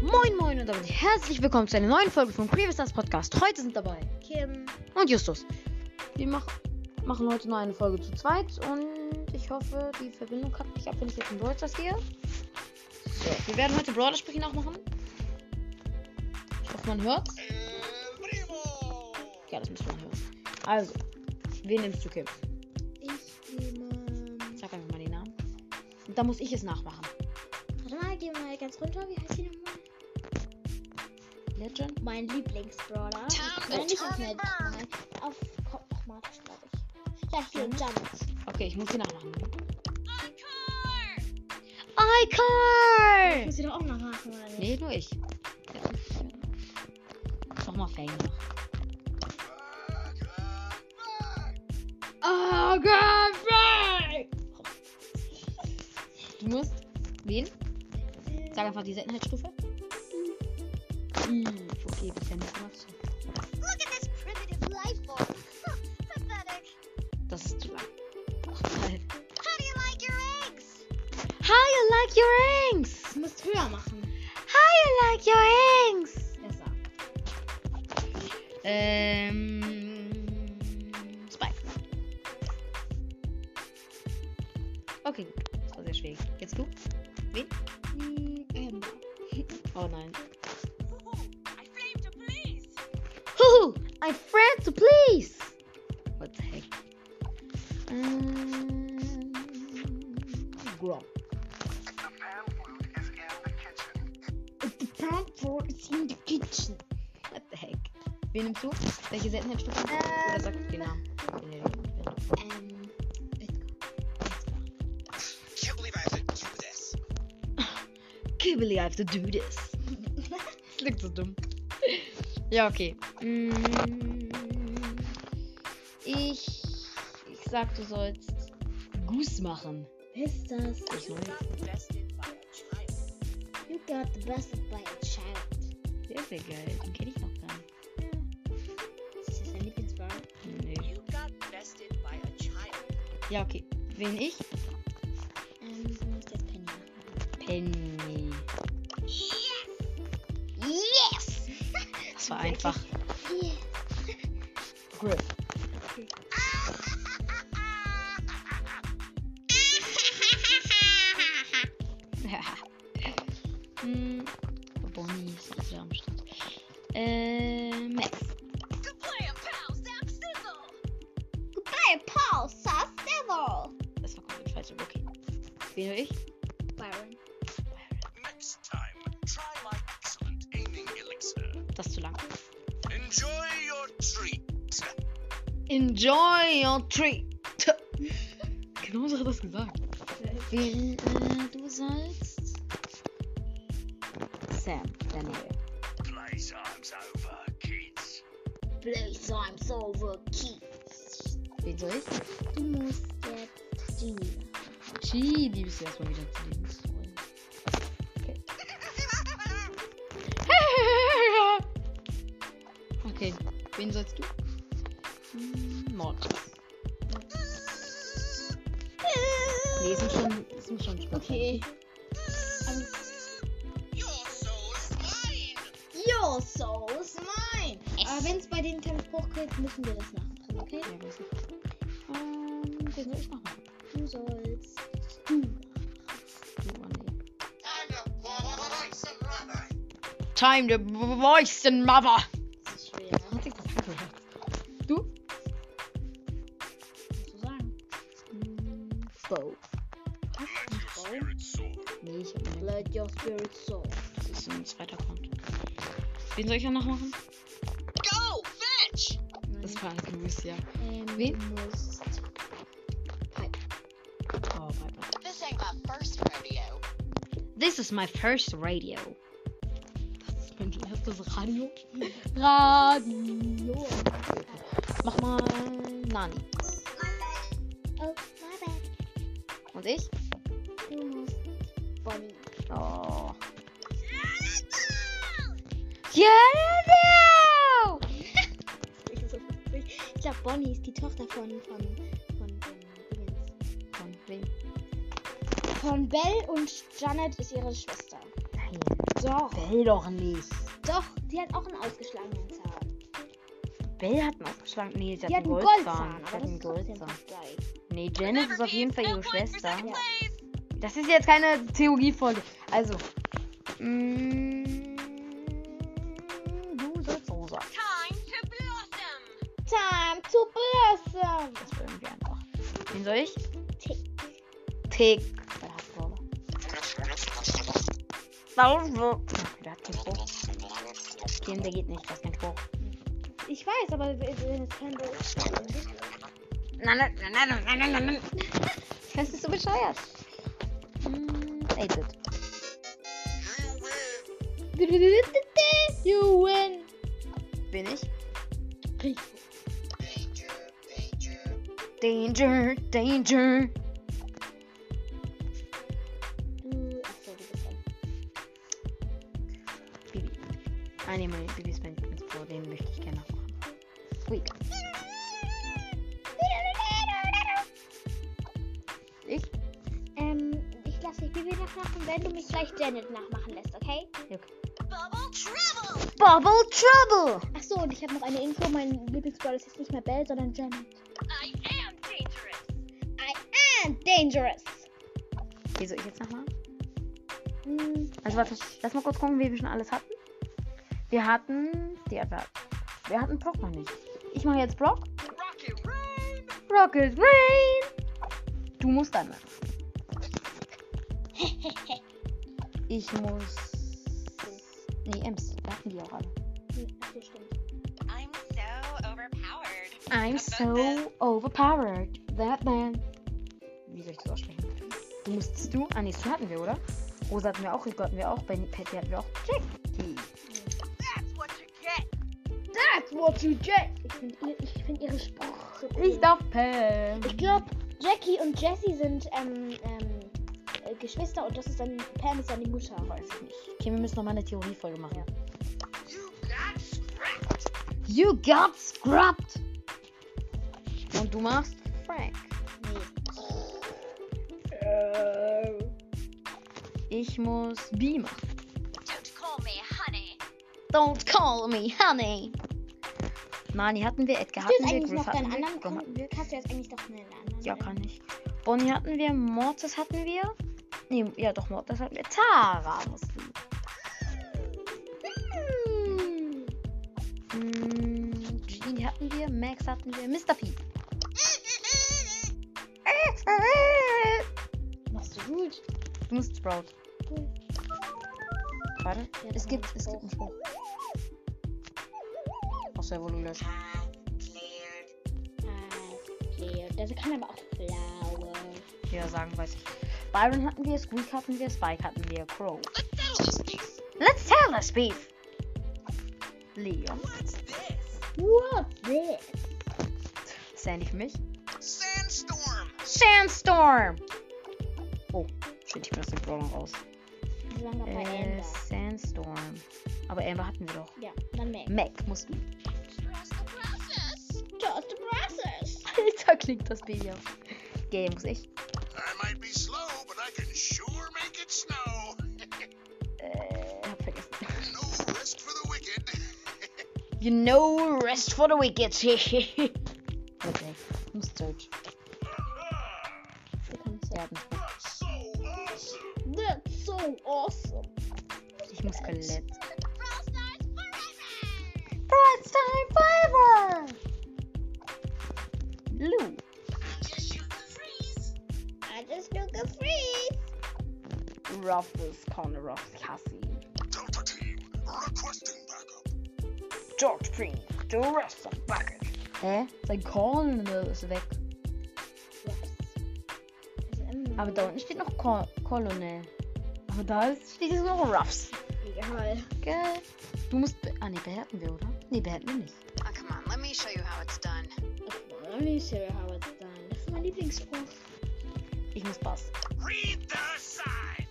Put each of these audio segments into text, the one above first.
und damit herzlich willkommen zu einer neuen Folge von Previous Stars Podcast. Heute sind dabei Kim. und Justus. Wir mach, machen heute nur eine Folge zu zweit und ich hoffe, die Verbindung kackt nicht ab, wenn ich jetzt in Brawlers gehe. So, wir werden heute Brawler sprechen nachmachen. Ich hoffe, man hört's. Ja, das muss man hören. Also, wen nimmst du, Kim? Ich nehme. Sag einfach mal den Namen. Und dann muss ich es nachmachen. Warte mal, geh mal ganz runter. Wie heißt die nochmal? Legend? Mein Lieblingsbrawler. Tom Nein, nicht auf Tom Netz. Nein, auf kommt automatisch, glaube ich. Ja, hier, Mhm. Jump. Okay, ich muss sie nachmachen. Ich Icon! muss sie doch auch noch machen, oder nicht? Nee, nur ich. Ja. Nochmal Fang nach. Oh, Gott, Du musst. Wen? Sag einfach die Seltenheitsstufe. Mhm. Okay, bisher nicht gemacht. So. Das ist zu lang. Ach, nein. How you like your eggs? Du musst höher machen. How you like your eggs? Besser. Um, Ähm. Spike. Okay, das war sehr schwierig. Jetzt du? Hm, Amber. Oh nein. Huhu, I friend to please. What the heck? Ähm. Grom. The Pound Four is in the kitchen. What the heck? Wen nimmst du? Welche Seltenheitsstufe? Oder sag den Namen. wenn dir jemand kennt. Ähm. Can't believe I have to do this. Klingt so dumm. Ja, okay. Mm, Ich. Ich sag, du sollst Goose machen. Wer ist das? Ich weiß. You got the best by a child. Der ist ja geil. Den kenn ich noch gar nicht. Ist das dein Lieblingsbrawler? Nee. Ja, okay. Wen ich? Ähm, du musst jetzt Penny machen. Penny. Yes! Das war einfach. Yes! Griff. Hm, Bonnie ist ja am Start. Äh, Max. Hey, Paul, Sir Civil! Das war komplett falsch, aber okay. Wen höre ich? Byron. Das ist zu lang. Enjoy your treat. Enjoy your treat. genau so hat er das gesagt. Wen, äh, du sollst. Sam, der Neue. Play time's over, kids. Play time's over, kids. Wen soll ich? Du musst jetzt Genie machen. Chi, die bist du erstmal wieder zu lieben. Okay, wen sollst du? Hm, Mortis. Nee, sind schon, sind schon Spaß. Okay. Um, Your soul is mine. Your soul is mine! Aber wenn es bei denen keinen Spruch gibt, müssen wir das nachmachen, okay? Ja, weiß ich. Ähm, wen soll ich machen? Du sollst. Du. Oh, nee. I'm the voice of mother. Time to voice and mother. Das ist schwer. Was Hat sich das angehört? musst du sagen? Hm, Bo. Your spirit soul. Nee, ich hab meine Let your spirit soul. Das ist ein zweiter Grund. Wen soll ich dann noch machen? Go, fetch! Das war Louis, ja. Ähm, Wen? Du musst. Oh, Piper. This ain't my first rodeo. This is my first radio. Das ist mein erstes Radio. Radio. Mach mal Nani. Oh, my bad. Und ich? Du musst. Bonnie. Oh. Yeah, Ich glaube, Bonnie ist die Tochter von. von. von. von, Von Dingens. wem? von Belle und Janet ist ihre Schwester. Nein. Nein, Doch, Bell doch nicht. doch, die hat auch einen ausgeschlagenen Zahn. Bell hat einen aufgeschlagen. Nee, sie Die hat einen Goldzahn. Sie aber hat das einen ist trotzdem Goldzahn. fast gleich. Nee, Janice ist auf jeden Fall ihre Schwester. Ja. Das ist jetzt keine Theoriefolge. Also. Mm, du sollst rosa. Time to blossom. Time to blossom. Das wollen wir einfach. Wen soll ich? Tick. Tick. Weil er hat rosa. Sauber. Okay, der hat keinen Spruch. Dem, der geht nicht, der hat keinen Spruch. Ich weiß, aber wenn es kein Bo- Nein, nein, nein, nein, nein, nein, nein, nein. Das ist so bescheuert. Mm, Dated. You win. You win. Bin ich? Danger, danger. Danger, Danger. Du, achso, du bist dran. Bibi. Ah, nee, mein Bibi ist mein Lieblingsbro, den möchte ich gerne noch machen. Squeak. Ich? Ähm, ich lasse dich Bibi nachmachen, wenn du mich gleich Janet nachmachen lässt, okay? Bubble trouble. Bubble Trouble! Achso, und ich habe noch eine Info. Mein Lieblingsbrawler ist jetzt nicht mehr Belle, sondern Janet. I am dangerous. I am dangerous. Wie soll ich jetzt nochmal? Hm, Also warte, lass mal kurz gucken, wie wir schon alles hatten. Wir hatten. Die Erwerb. Wir hatten Brock noch nicht. Ich mache jetzt Brock. Rocket rain. Rocket Rain! Du musst dann machen. Ich muss. Nee, Ems. Da hatten die auch alle. hm, ach so, stimmt. I'm so overpowered. I'm so overpowered. That man. Wie soll ich das aussprechen? Du musstest du. Ah, nee, Stu hatten wir, oder? Rosa hatten wir auch, Rico hatten wir auch, Benny Patty hatten wir auch. Jack. Die. That's what you get. That's what you Jack. Ich finde ihr, ich find ihre Sprache. Ich darf Pam. Ich glaube, Jackie und Jessie sind ähm, ähm, äh, Geschwister und das ist dann Pam ist dann die Mutter. Weiß ich nicht. Okay, wir müssen nochmal eine Theoriefolge machen. You got scrapped. You got scrubbed! Und du machst Frank. Ich muss B machen. Don't call me honey. Don't call me honey. Nani hatten wir, Edgar Hast du hatten jetzt wir, eigentlich Griff noch hatten deinen wir, anderen Dom hatten wir. Kunden? Kannst du jetzt eigentlich doch einen anderen? Ja, kann ich. Bonnie hatten wir, Mortis hatten wir. Nee, ja doch, Mortis hatten wir. Tara mussten Hm. wir. Mm, Genie hatten wir, Max hatten wir, Mr. P. Äh, Machst du gut. Du musst Sprout. Warte, Ja, es komm, gibt, es Spruch. gibt einen Spruch. Aus der Volu löschen. Ah, Okay, das kann aber auch blaue. Ja, sagen weiß ich. Byron hatten wir, Squeak hatten wir, Spike hatten wir, Crow. Let's settle this piece. Let's tell us, Beef! Leon. What's this? What's this? Sandy für mich. Sandstorm. Sandstorm! Oh, shit, ich bin aus dem Brawl noch raus. Also dann gab bei Äh, Amber. Sandstorm. Aber Amber hatten wir doch. Ja, dann Mac. Mac musst du. Trust the process. Just the process. Alter, klingt das Baby auf. Okay, muss ich. I might be slow, but I can sure make it snow. Äh, hab vergessen. No rest for the wicked. You know, rest for the wicked. okay, muss Search. Wir können es werden. That's so awesome. That's so awesome. Ich muss Skelett. First time forever. Lou. Just shoot the freeze. I just took a freeze. Ruffles, Connor Ruffs, Cassie. Delta team, requesting backup. George Green, the rest of Bucket. Hä? Sein Colonel ist weg. Aber da unten steht noch Col Colonel. Aber da ist, steht jetzt noch Ruffs. Egal. Geil. Du musst. be- Ah, ne, behalten wir, oder? Ne, behalten wir nicht. Oh, come on, let me show you how it's done. Let me show you how it's done. Das ist mein Lieblingsspruch. Ich muss Bass. Read the sign.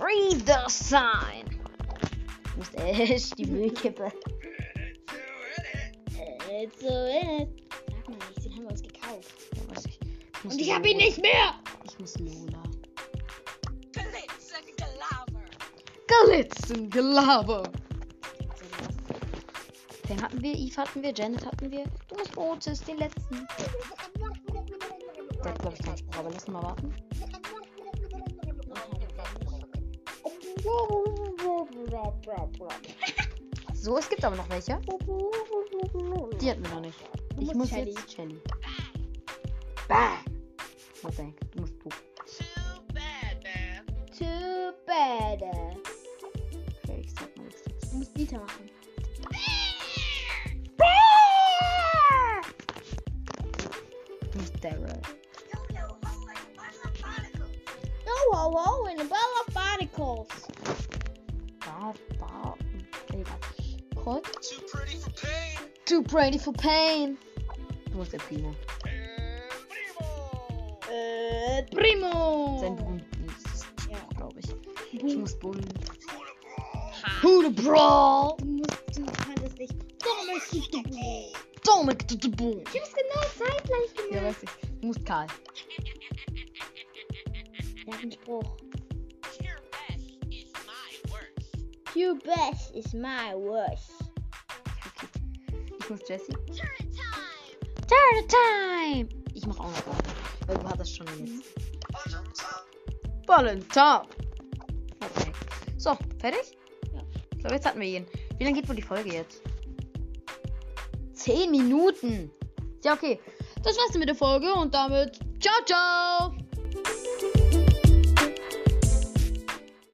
Read the sign. Du musst echt die Müllkippe. It's so it. Sag mal nicht, den haben wir uns gekauft. Ja, weiß ich. Ich muss Und ich hab ihn Lola. nicht mehr. Ich muss Lola. Glitz and glamour. Go allerletzten Gelaber. Den hatten wir, Eve hatten wir, Janet hatten wir. Du bist Otis, den letzten. Der hat, glaube ich, keinen Spruch, aber lass ihn mal warten. So, es gibt aber noch welche. Die hatten wir noch nicht. Du Ich musst muss Shelly. jetzt Shelly. Bah! Was denkst du? Du musst du. Too bad. Okay, ich sag mal nichts. Du musst Dieter machen. Du musst Daryl. Oh, wow, wow, in a ball of particles. Bah, bah. Egal. Colt? Too pretty for pain. Too pretty for pain. Du musst der Primo. And primo. Äh, Primo. Sein berühmtes, Ja. glaube ich. Ich muss Bullen. You wanna brawl? Who the brawl? Du musst, du kannst es nicht. Dumme Schichte. Ich Dominic to the Bull. hab's genau zeitgleich Ja, weiß gemacht. ich. Du musst Karl. Er hat einen Spruch. Your best is my worst. Ich muss Jesse. Turtle Time! Mhm. Ich mach auch noch was. Weil du hattest schon jetzt. Ballen top! Okay. So, fertig? Ja. Ich glaube, jetzt hatten wir ihn. Wie lange geht wohl die Folge jetzt? Zehn Minuten! Ja, okay. Das war's dann mit der Folge und damit ciao, ciao!